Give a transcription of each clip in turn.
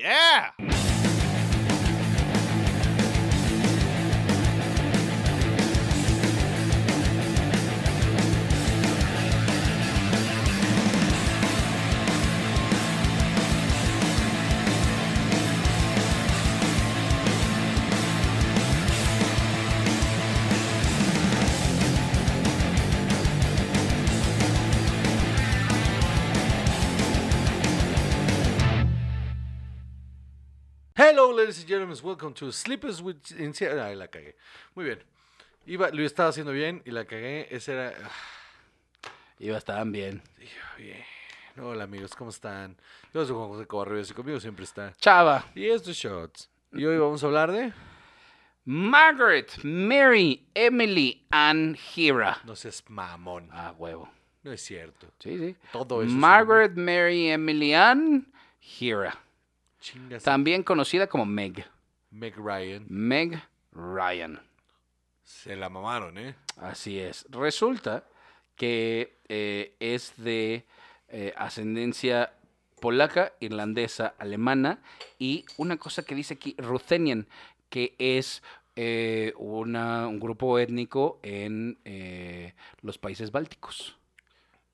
Yeah. Hello, ladies and gentlemen, welcome to Sleepers with Inci- Ay, la cagué. Muy bien. Iba, lo estaba haciendo bien y la cagué. Ese era. Iba, estaban bien. Bien. Hola, amigos, ¿cómo están? Yo soy Juan José Covarrubias y conmigo siempre está. Chava. Y estos shots. Y hoy vamos a hablar de. Margaret, Mary, Emily, and Hira. No seas mamón. Ah, huevo. No es cierto. Sí, sí. Todo Oh, eso. es Margaret, Mary, Emily, and Hira. un- Chingas. También conocida como Meg. Meg Ryan. Meg Ryan. Se la mamaron, ¿eh? Así es. Resulta que eh, es de eh, ascendencia polaca, irlandesa, alemana y una cosa que dice aquí, Ruthenian, que es eh, una- un grupo étnico en eh, los países bálticos.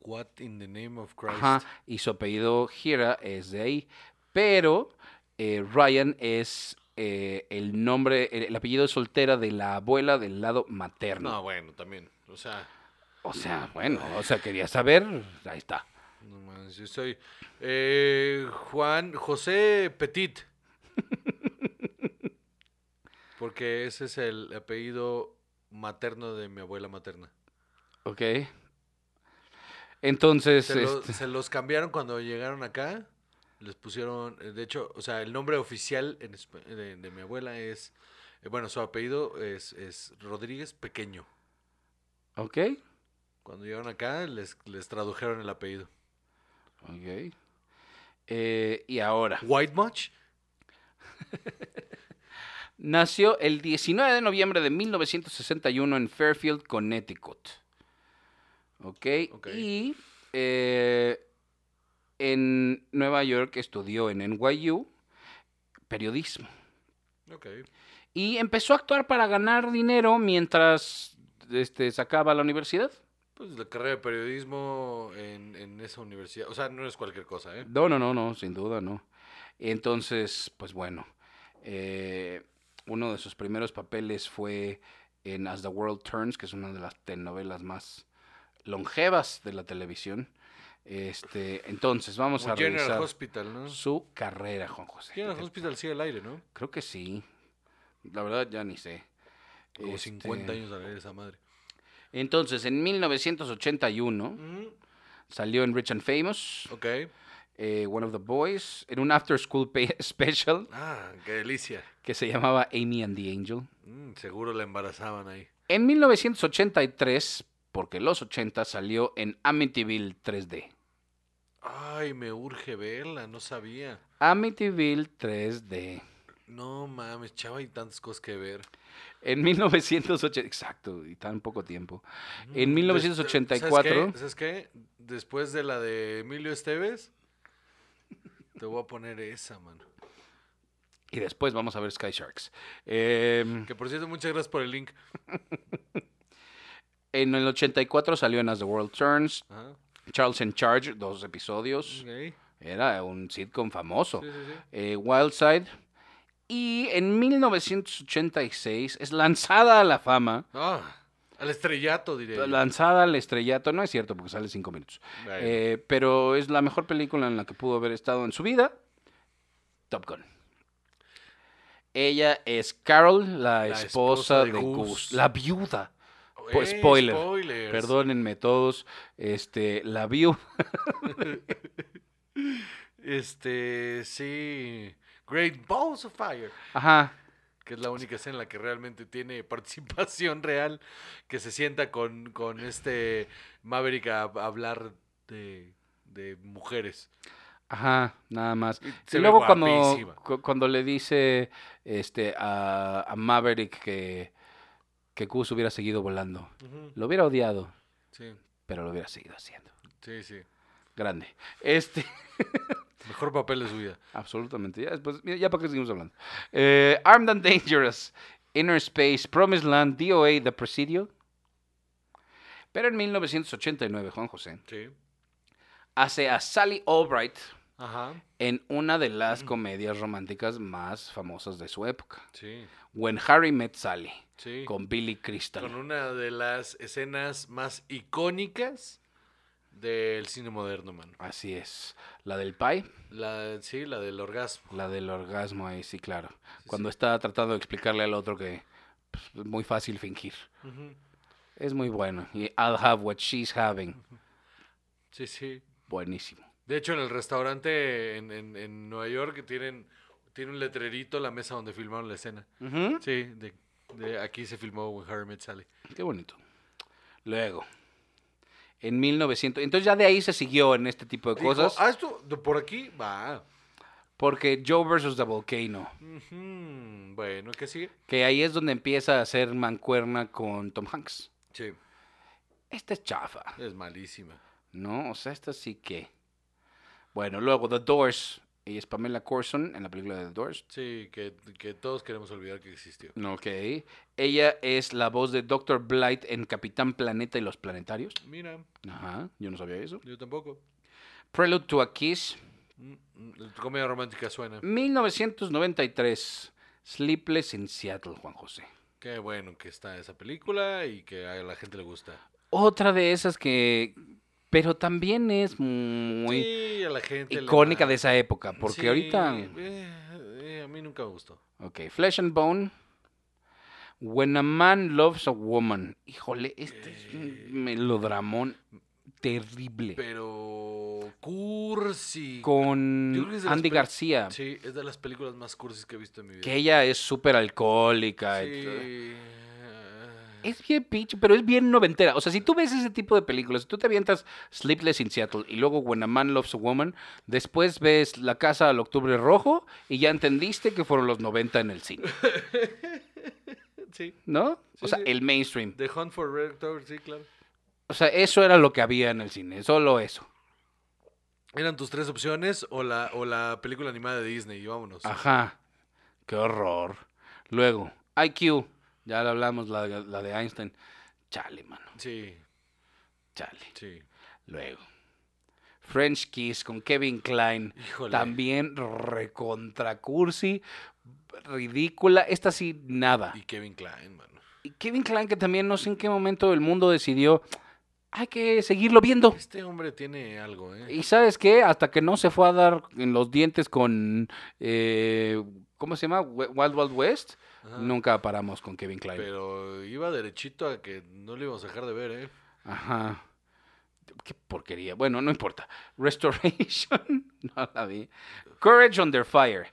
What in the name of Christ. Ajá, y su apellido Hira es de ahí. Pero eh, Ryan es eh, el nombre, el, el apellido de soltera de la abuela del lado materno. No, bueno, también. O sea, O sea, bueno, o sea, quería saber, ahí está. no mames, yo soy. eh, Juan José Petit. Porque ese es el apellido materno de mi abuela materna. Ok. Entonces, Se, lo- este, se los cambiaron cuando llegaron acá. Les pusieron, eh, de hecho, o sea, el nombre oficial en espa- de, de mi abuela es, eh, bueno, su apellido es, es Rodríguez Pequeño. ok, Cuando llegaron acá les, les tradujeron el apellido. ok. Eh, y ahora, White Much, nació el 19 de noviembre de 1961 en Fairfield, Connecticut. Ok, Ok. y eh, en Nueva York estudió en NYU periodismo. Ok. Y empezó a actuar para ganar dinero mientras este, sacaba la universidad. Pues la carrera de periodismo en, en esa universidad. O sea, no es cualquier cosa, ¿eh? No, no, no, no, sin duda, no. Entonces, pues bueno, eh, uno de sus primeros papeles fue en As the World Turns, que es una de las telenovelas más longevas de la televisión. Este, entonces, vamos Como a revisar Este, General Hospital, ¿no? su carrera, Juan José. ¿Qué General te- Hospital sigue al aire, ¿no? Creo que sí. La verdad ya ni sé. Como Este, 50 años al aire esa madre. Entonces, en 1981 Mm, salió en Rich and Famous, ok. eh, One of the Boys, en un After School pe- Special. Ah, qué delicia. que se llamaba Amy and the Angel. Mm, seguro la embarazaban ahí. En 1983, porque los 80 salió en Amityville 3D. Ay, me urge verla, no sabía. Amityville 3D. No mames, chava, hay tantas cosas que ver. Mm, En 1980, exacto, y tan poco tiempo. En Mm, 1984. des- ¿Sabes qué? ¿Sabes qué? Después de la de Emilio Esteves, te voy a poner esa, mano. Y después vamos a ver Sky Sharks. Eh, Que por cierto, muchas gracias por el link. en el 84 salió en As the World Turns, Ajá. Charles in Charge, dos episodios. ok. Era un sitcom famoso. Sí, sí, sí. eh, Wildside. Y en 1986 es lanzada a la fama. Ah, al estrellato, diré. yo. Lanzada al estrellato, no es cierto porque sale cinco minutos. Bueno. Eh, pero es la mejor película en la que pudo haber estado en su vida. Top Gun. Ella es Carol, la, esposa esposa de de Gus. Gus. la viuda. po- Eh, spoiler. spoilers. Perdónenme todos, este, la viuda. Este, sí. Great Balls of Fire. Ajá, que es la única escena en la que realmente tiene participación real, que se sienta con, con este Maverick a, a hablar de, de mujeres. ajá, nada más. Y se Y ve luego cuando, guapísima. cu- cuando le dice este, a, a Maverick que, que Gus hubiera seguido volando, lo hubiera odiado, Sí, pero lo hubiera seguido haciendo. sí, sí. Grande. Este. Mejor papel de su vida. Absolutamente. Ya, después, mira, ya para qué seguimos hablando. Eh, Armed and Dangerous, Inner Space, Promised Land, DOA, The Presidio. Pero en 1989, Juan José Sí. hace a Sally Albright Ajá. en una de las Mm. comedias románticas más famosas de su época. Sí. When Harry Met Sally, Sí. Con, con Billy Crystal. una de las escenas más icónicas del cine moderno, mano. Así es. La del pie, La, sí, la del orgasmo. la del orgasmo ahí, sí, claro. Sí, Cuando está tratando de explicarle al otro que pues, es muy fácil fingir. Ujú. Es muy bueno. Y I'll have what she's having. Sí, sí. Buenísimo. De hecho, en el restaurante en, en- en Nueva York tienen, tiene un letrerito la mesa donde filmaron la escena. Sí, de, de aquí se filmó When Harry Met Sally. Qué bonito. Luego, en 1900. Entonces ya de ahí se siguió en este tipo de Dijo, cosas. ah, esto, de por aquí va. Porque Joe versus The Volcano. Ujú. Bueno, ¿qué sigue? Que ahí es donde empieza a hacer mancuerna con Tom Hanks. Sí, Esta es chafa. es malísima. No, o sea, esta sí que. Bueno, luego The Doors. Ella es Pamela Corson en la película de The Doors. Sí, que, que todos queremos olvidar que existió. Ok. Ella es la voz de Dr. Blight en Capitán Planeta y los Planetarios. Mira, Ajá, yo no sabía eso. yo tampoco. Prelude to a Kiss. Mm, mm, La comedia romántica suena. 1993. Sleepless in Seattle, Juan José. Qué bueno que está esa película y que a la gente le gusta. Otra de esas que. Pero también es muy sí, a la gente le icónica va. de esa época. Porque Sí, ahorita. eh, eh, a mí nunca me gustó. Ok, Flesh and Bone. When a Man Loves a Woman. Híjole, este es un melodramón terrible. Pero. Cursi. Yo creo Con que es de las Andy peli- García. Sí, es de las películas más cursis que he visto en mi vida. Que ella es súper alcohólica. y todo. Sí. Es bien pinche, pero es bien noventera. O sea, si tú ves ese tipo de películas, si tú te avientas Sleepless in Seattle y luego When a Man Loves a Woman, después ves La Casa al Octubre Rojo y ya entendiste que fueron los 90 en el cine, Sí. ¿no? Sí, O sea, sí. el mainstream. The Hunt for Red October, sí, claro. O sea, eso era lo que había en el cine, solo eso. Eran tus tres opciones o la, o la película animada de Disney, y vámonos. Ajá, qué horror. Luego, IQ, ya la hablamos, la, la de Einstein. Chale, mano, Sí, chale. sí. Luego, French Kiss con Kevin Klein. Híjole. También recontra cursi, ridícula. Esta sí, nada. Y Kevin Klein, mano. Y Kevin Klein, que también no sé en qué momento el mundo decidió, hay que seguirlo viendo. Este hombre tiene algo, ¿eh? Y sabes qué, hasta que no se fue a dar en los dientes con, eh, ¿cómo se llama? We- Wild Wild West, Ajá. nunca paramos con Kevin Klein. Ah. Pero iba derechito a que no le íbamos a dejar de ver, ¿eh? Ajá. Qué porquería. Bueno, no importa. Restoration, no la vi. Courage Under Fire.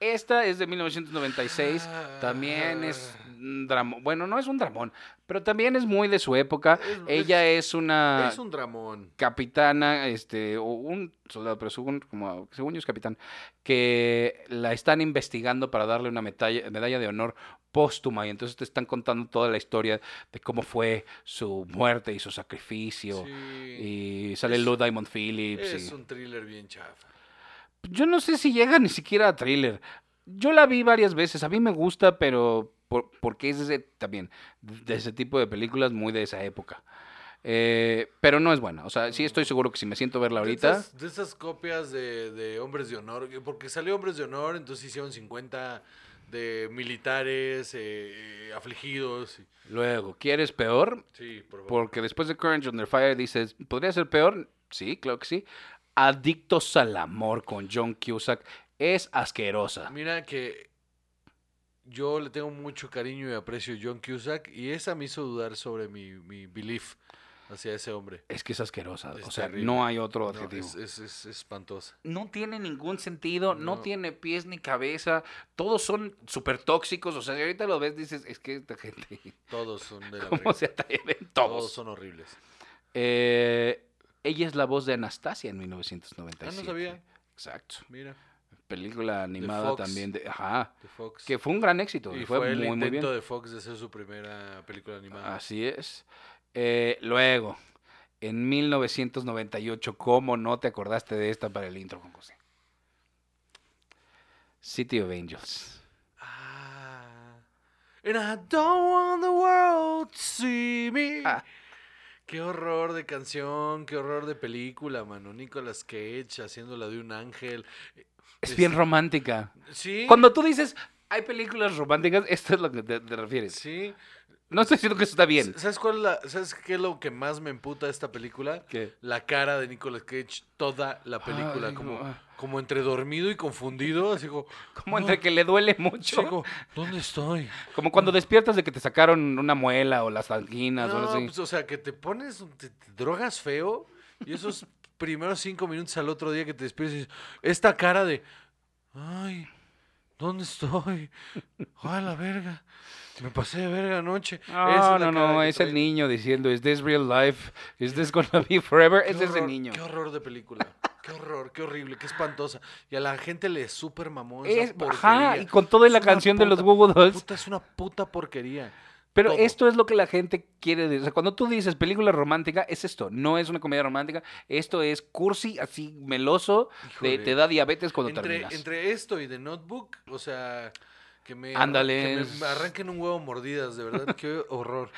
Esta es de 1996. Ah, También es un dramón. Bueno, no es un dramón, pero también es muy de su época. Es- Ah, Ella es una es un dramón. capitana, este, o un soldado, pero según, como, según yo es capitán, que la están investigando para darle una medalla, medalla de honor póstuma y entonces te están contando toda la historia de cómo fue su muerte y su sacrificio. Sí. Y sale Es- Lou Diamond Phillips. Es y- pues, un thriller bien chafa. Yo no sé si llega ni siquiera a thriller. Yo la vi varias veces, a mí me gusta, pero por- porque es ese, también de ese tipo de películas muy de esa época. Eh, pero no es buena, o sea, sí estoy seguro que si me siento a verla De ahorita, esas, de esas copias de, de Hombres de Honor, que- porque salió Hombres de Honor, entonces hicieron 50 de militares eh, eh, afligidos. y- luego, ¿quieres peor? Sí, por favor. Porque después de Courage Under Fire dices, ¿podría ser peor? Sí, claro que sí. Adictos al amor con John Cusack es asquerosa. Mira que yo le tengo mucho cariño y aprecio a John Cusack y esa me hizo dudar sobre mi, mi belief hacia ese hombre. Es que es asquerosa, Es o sea, terrible. no hay otro No, adjetivo. es, es- es espantosa. no tiene ningún sentido, no, No. tiene pies ni cabeza, todos son súper tóxicos, o sea, si ahorita lo ves dices, es que esta gente, Todos son de la ¿cómo verga. se atreven Todos. todos? son horribles. Eh, ella es la voz de Anastasia en Ah, 1997. no sabía. Exacto. Mira, Película animada Fox. también de, ajá, de Fox. que fue un gran éxito, y fue, fue, el muy muy bien. Ah, intento de Fox de hacer su primera película animada. Así es. Eh, luego, en 1998, ¿cómo no te acordaste de esta para el intro, Juan José? City of Angels. Ah. And I don't want the world to see me. Ah. Qué horror de canción, qué horror de película, mano. Nicolas Cage haciéndola de un ángel. Es bien romántica. Sí. Cuando tú dices, hay películas románticas, esto es lo que te, te refieres. Sí. No estoy diciendo que eso está bien. ¿Sabes cuál es la- sabes qué es lo que más me emputa de esta película? ¿Qué? La cara de Nicolas Cage toda la película, Ay, como, no. como entre dormido y confundido, así como, Como no, entre que le duele sí, mucho. como, ¿dónde estoy? Como cuando despiertas de que te sacaron una muela o las anginas o No, algo así. pues, o sea, que te pones, te, te drogas feo y esos primeros cinco minutos al otro día que te despiertas, dices, esta cara de, ay, ¿dónde estoy? Ay, la verga, me pasé de verga anoche. Esa No, es la no, cara no, que es trae. el niño diciendo, ¿Is this real life? ¿Is this gonna be forever? Qué Es ese horror, niño. Qué horror de película. Qué horror, qué horrible, qué espantosa. Y a la gente le super mamó. esa Es, ajá, porquería. y con toda Es la una canción de los puta- Google Dolls. Puta, es una puta porquería. Pero todo. esto es lo que la gente quiere decir. O sea, cuando tú dices película romántica, es esto. No es una comedia romántica. Esto es cursi, así meloso. de- Híjole. te da diabetes cuando Entre, terminas. entre esto y The Notebook, o sea, que me, Ándale. que me- me arranquen un huevo a mordidas, de verdad, qué horror.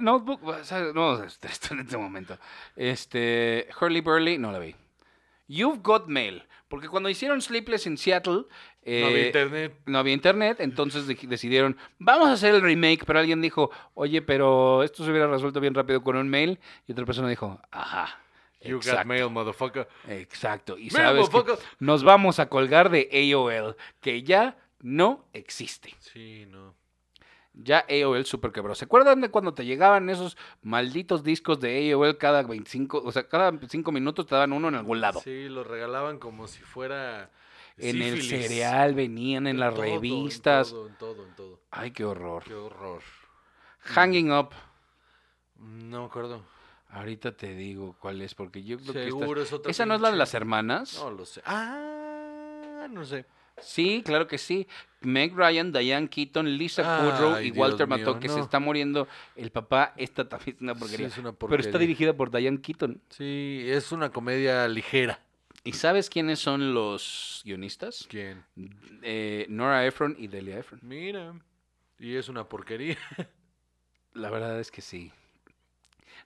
Notebook, o sea, Eh, no, o sea, esto en este momento. Este, Hurley Burley, no la vi. You've Got Mail. Porque cuando hicieron Sleepless en Seattle, eh, no había internet. no había internet, entonces de- decidieron, vamos a hacer el remake, pero alguien dijo, oye, pero esto se hubiera resuelto bien rápido con un mail, y otra persona dijo, ajá, You got exacto, mail, motherfucker. exacto, y Mail, sabes que motherfucker. nos vamos a colgar de AOL, que ya no existe. Sí, no. Ya AOL super quebró. ¿Se acuerdan de cuando te llegaban esos malditos discos de AOL cada 25, o sea, cada 5 minutos te daban uno en algún lado? Sí, lo regalaban como si fuera en sífilis. el cereal, venían en En las todo, en revistas. todo, mm. en todo, en todo. Ay, qué horror. Qué horror. Hanging Up. No me acuerdo. Ahorita te digo cuál es, porque yo creo que Seguro es esta... otra. ¿Esa no es la de pinche- las hermanas? No lo sé. Ah, no sé. Sí, claro que sí. Meg Ryan, Diane Keaton, Lisa Kudrow Ay, y Dios Walter mío, Matthau, que se no. está muriendo. El papá, esta también es una porquería. Sí, es una Pero está porquería. dirigida por Diane Keaton. Sí, es una comedia ligera. ¿Y sabes quiénes son los guionistas? ¿Quién? Eh, Nora Ephron y Delia Ephron. Mira. Y es una porquería. La verdad es que sí.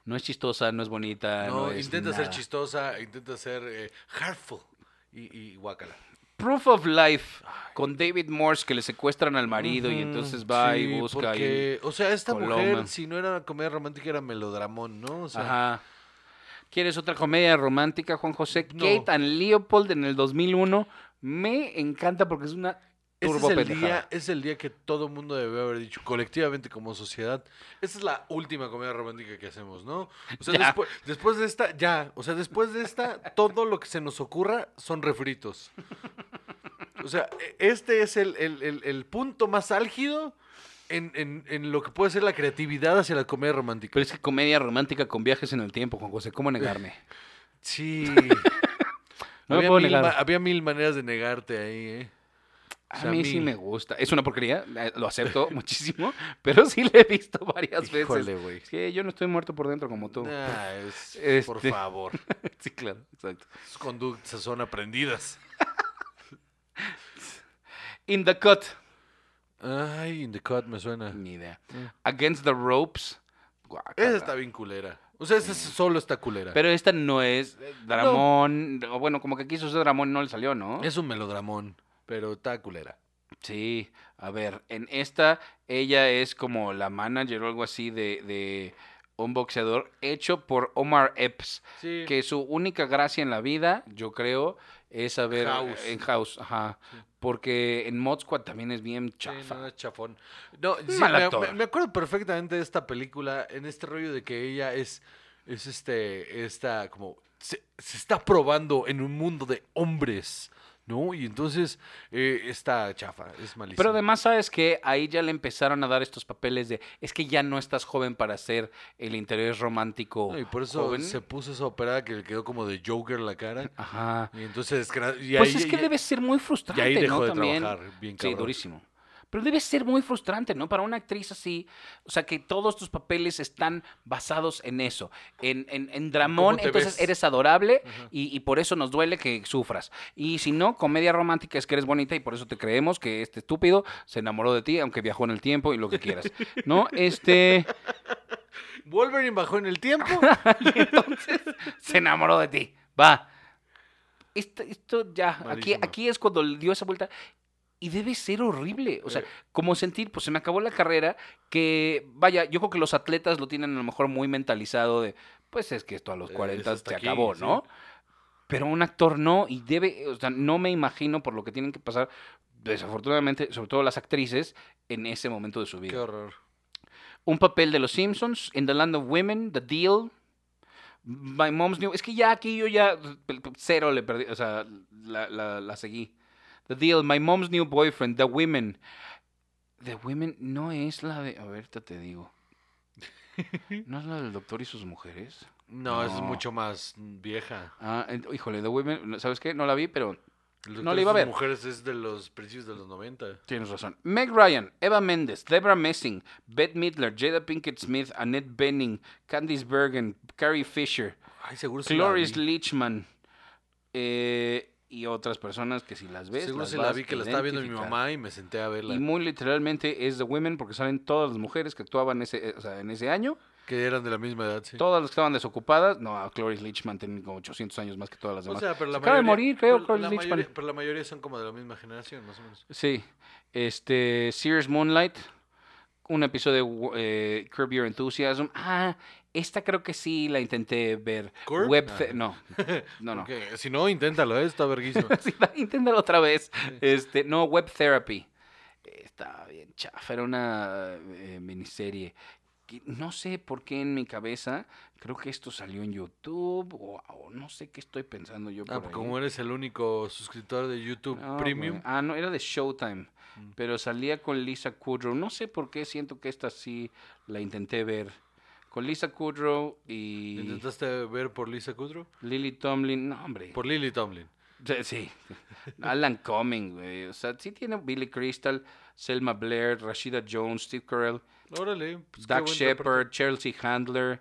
No es chistosa, no es bonita. Ah, No, no, es intenta ser nada. chistosa, intenta ser eh, heartful. Y, y guácala. Proof of Life con David Morse que le secuestran al marido y entonces va y Sí, busca. y- porque, O sea, esta Coloma. mujer, si no era comedia romántica, era melodramón, ¿no? O sea, Ajá. ¿Quieres otra comedia romántica, Juan José? No. Kate and Leopold en el 2001. Me encanta porque es una Este turbo es el, pendejada. día, es el día que todo mundo debió haber dicho colectivamente como sociedad. Esta es la última comedia romántica que hacemos, ¿no? O sea, Ya. despu- después de esta, ya. O sea, después de esta, todo lo que se nos ocurra son refritos. O sea, e- este es el, el- el- el punto más álgido en, en- en lo que puede ser la creatividad hacia la comedia romántica. Pero es que comedia romántica con viajes en el tiempo, Juan José. ¿Cómo negarme? Sí. No me había, puedo mil negar. ma- había mil maneras de negarte ahí, ¿eh? A O sea, mí sí mil. me gusta. Es una porquería, eh, lo acepto muchísimo, pero sí le he visto varias veces. Híjole, güey. Es que yo no estoy muerto por dentro como tú. Nah, es- Por Este. favor. Sí, claro, exacto. Sus conductas son aprendidas. In the Cut. Ay, In the Cut me suena. Ni idea. Mm. Against the Ropes. Esa Guácala. está bien culera. O sea, esa es- solo está culera. Pero esta no es eh, Dramón. o Bueno, como que quiso ser Dramón y no le salió, ¿no? es un melodramón, pero está culera. Sí. A ver, en esta ella es como la manager o algo así de, de un boxeador hecho por Omar Epps. Sí. que su única gracia en la vida, yo creo, es saber eh, House. en house, ajá, Sí. porque en Mod Squad también es bien chafa. chafa. no, es chafón. No, sí, mal me, actor. me- me acuerdo perfectamente de esta película, en este rollo de que ella es, es este, esta, como, se, se está probando en un mundo de hombres, ¿no? Y entonces eh, está chafa, es malísimo. Pero además sabes que ahí ya le empezaron a dar estos papeles de es que ya no estás joven para ser el interés romántico. No, y por eso joven". se puso esa operada que le quedó como de Joker la cara. Ajá. Y entonces, gra- y pues ahí- es que y- debe ser muy Y frustrante, ahí dejó ¿no? de también. trabajar bien sí, cabrón. durísimo. Pero debe ser muy frustrante, ¿no? Para una actriz así, o sea, que todos tus papeles están basados en eso. En, en, en Dramón, ¿Cómo te entonces ves? eres adorable y, y por eso nos duele que sufras. Y si no, comedia romántica es que eres bonita y por eso te creemos que este estúpido se enamoró de ti, aunque viajó en el tiempo y lo que quieras. ¿No? Este. Wolverine bajó en el tiempo. Entonces se enamoró de ti. Va. Esto, esto ya, aquí, Malísimo. aquí es cuando le dio esa vuelta. Y debe ser horrible. O sea, Eh. como sentir, pues se me acabó la carrera, que vaya, yo creo que los atletas lo tienen a lo mejor muy mentalizado de, pues es que esto a los Eh, 40 es hasta se aquí, acabó, sí. ¿no? Pero un actor no, y debe, o sea, no me imagino por lo que tienen que pasar, desafortunadamente, sobre todo las actrices, en ese momento de su vida Qué horror. un papel de Los Simpsons, In the Land of Women, The Deal, My Mom's New... Es que ya aquí yo ya p- p- cero le perdí, o sea, la, la- la seguí. The Deal, My Mom's New Boyfriend, The Women. The Women no es la de... A ver, ahorita te digo. ¿No es la del doctor y sus mujeres? No, es No. mucho más vieja. Ah, en- híjole, The Women, ¿sabes qué? No la vi, pero El No Doctor la iba a de ver. sus Mujeres es de los principios de los 90. Tienes razón. Meg Ryan, Eva Mendes, Deborah Messing, Bette Midler, Jada Pinkett Smith, Annette Benning, Candice Bergen, Carrie Fisher, Ay, seguro se la Cloris vi. Leachman eh, y otras personas que si las ves. Seguro las se la vas vi que a la estaba viendo mi identificar. mamá y me senté a verla. Y muy literalmente es The Women porque salen todas las mujeres que actuaban ese, eh, o sea, en ese año. Que eran de la misma edad, sí. Todas las que estaban desocupadas. No, a Cloris Leachman tenía como 800 años más que todas las demás. O sea, pero la Se acaba de mayoría- morir, creo, pero Cloris la Leachman. mayoría- pero la mayoría son como de la misma generación, más o menos. Sí. Este, Sears Moonlight. Un episodio de eh, Curb Your Enthusiasm. Ah, esta creo que sí la intenté ver. ¿Curb? Web Ah. the- No, no, no. Ok, Si no, inténtalo, ¿eh? está verguísima. Sí, va, inténtalo otra vez. Este, no, Web Therapy. Eh, Estaba bien chafa, era una eh, miniserie. que No sé por qué en mi cabeza, creo que esto salió en YouTube o, o no sé qué estoy pensando yo. Ah, por ahí. como eres el único suscriptor de YouTube No, Premium. güey. Ah, no, era de Showtime, Mm. pero salía con Lisa Kudrow. No sé por qué siento que esta sí la intenté ver. Con Lisa Kudrow y ¿Intentaste ver por Lisa Kudrow? Lily Tomlin. No, hombre. Por Lily Tomlin. Sí, Sí. Alan Cumming, güey. O sea, sí tiene Billy Crystal, Selma Blair, Rashida Jones, Steve Carell, Órale. pues, qué Doug buen Shepard, reparto. Chelsea Handler.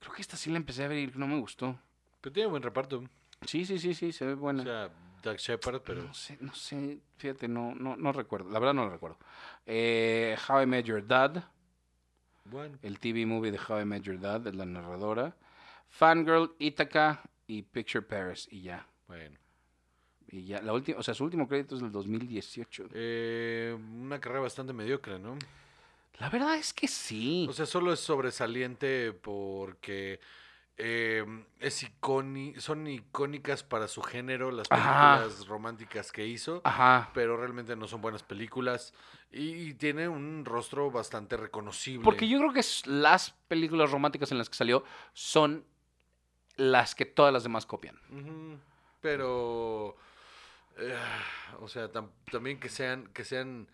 Creo que esta sí la empecé a ver y no me gustó. Pero Pues tiene buen reparto. Sí, sí, sí, sí, se ve buena. O sea, Doug Shepard, pero... No sé, no sé, fíjate, no, no, no recuerdo, la verdad no lo recuerdo. Eh, How I Met Your Dad, Bueno. el TV movie de How I Met Your Dad, de la narradora. Fangirl, Ithaca y Picture Paris, y ya. bueno. Y ya, la última, o sea, su último crédito es del 2018. Eh, una carrera bastante mediocre, ¿no? La verdad es que sí. O sea, solo es sobresaliente porque eh, es iconi- son icónicas para su género las Ajá. Ah. películas románticas que hizo. Ajá. pero realmente no son buenas películas y, y tiene un rostro bastante reconocible. Porque yo creo que s- las películas románticas en las que salió son las que todas las demás copian. Ujú, pero, eh, o sea, tam- también que sean que sean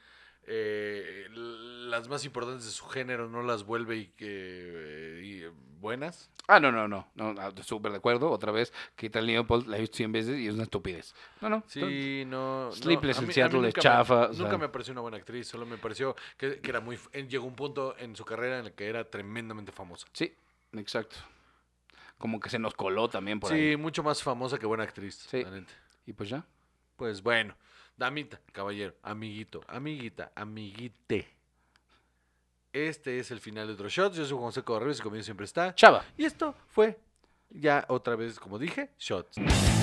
eh, las más importantes de su género no las vuelve y que y, eh, buenas. Ah, no, no, no. no ah, Súper de acuerdo. Otra vez, que tal Leopold la he visto 100 veces y es una estupidez. No, no. ton- Sí, no. no, Sleepless a in mí- a mí Seattle es nunca me- chafa, o nunca sea. me pareció una buena actriz, solo me pareció que, que era muy. f- en- Llegó un punto en su carrera en el que era tremendamente famosa. Sí, exacto. Como que se nos coló también por sí, ahí. mucho más famosa que buena actriz. Sí. la neta. Y pues ya. Pues bueno, damita, caballero, amiguito, amiguita, amiguite. Este es el final de otro shot. Yo soy Juan José Correos y conmigo siempre está. Chava. Y esto fue ya otra vez, como dije, shots.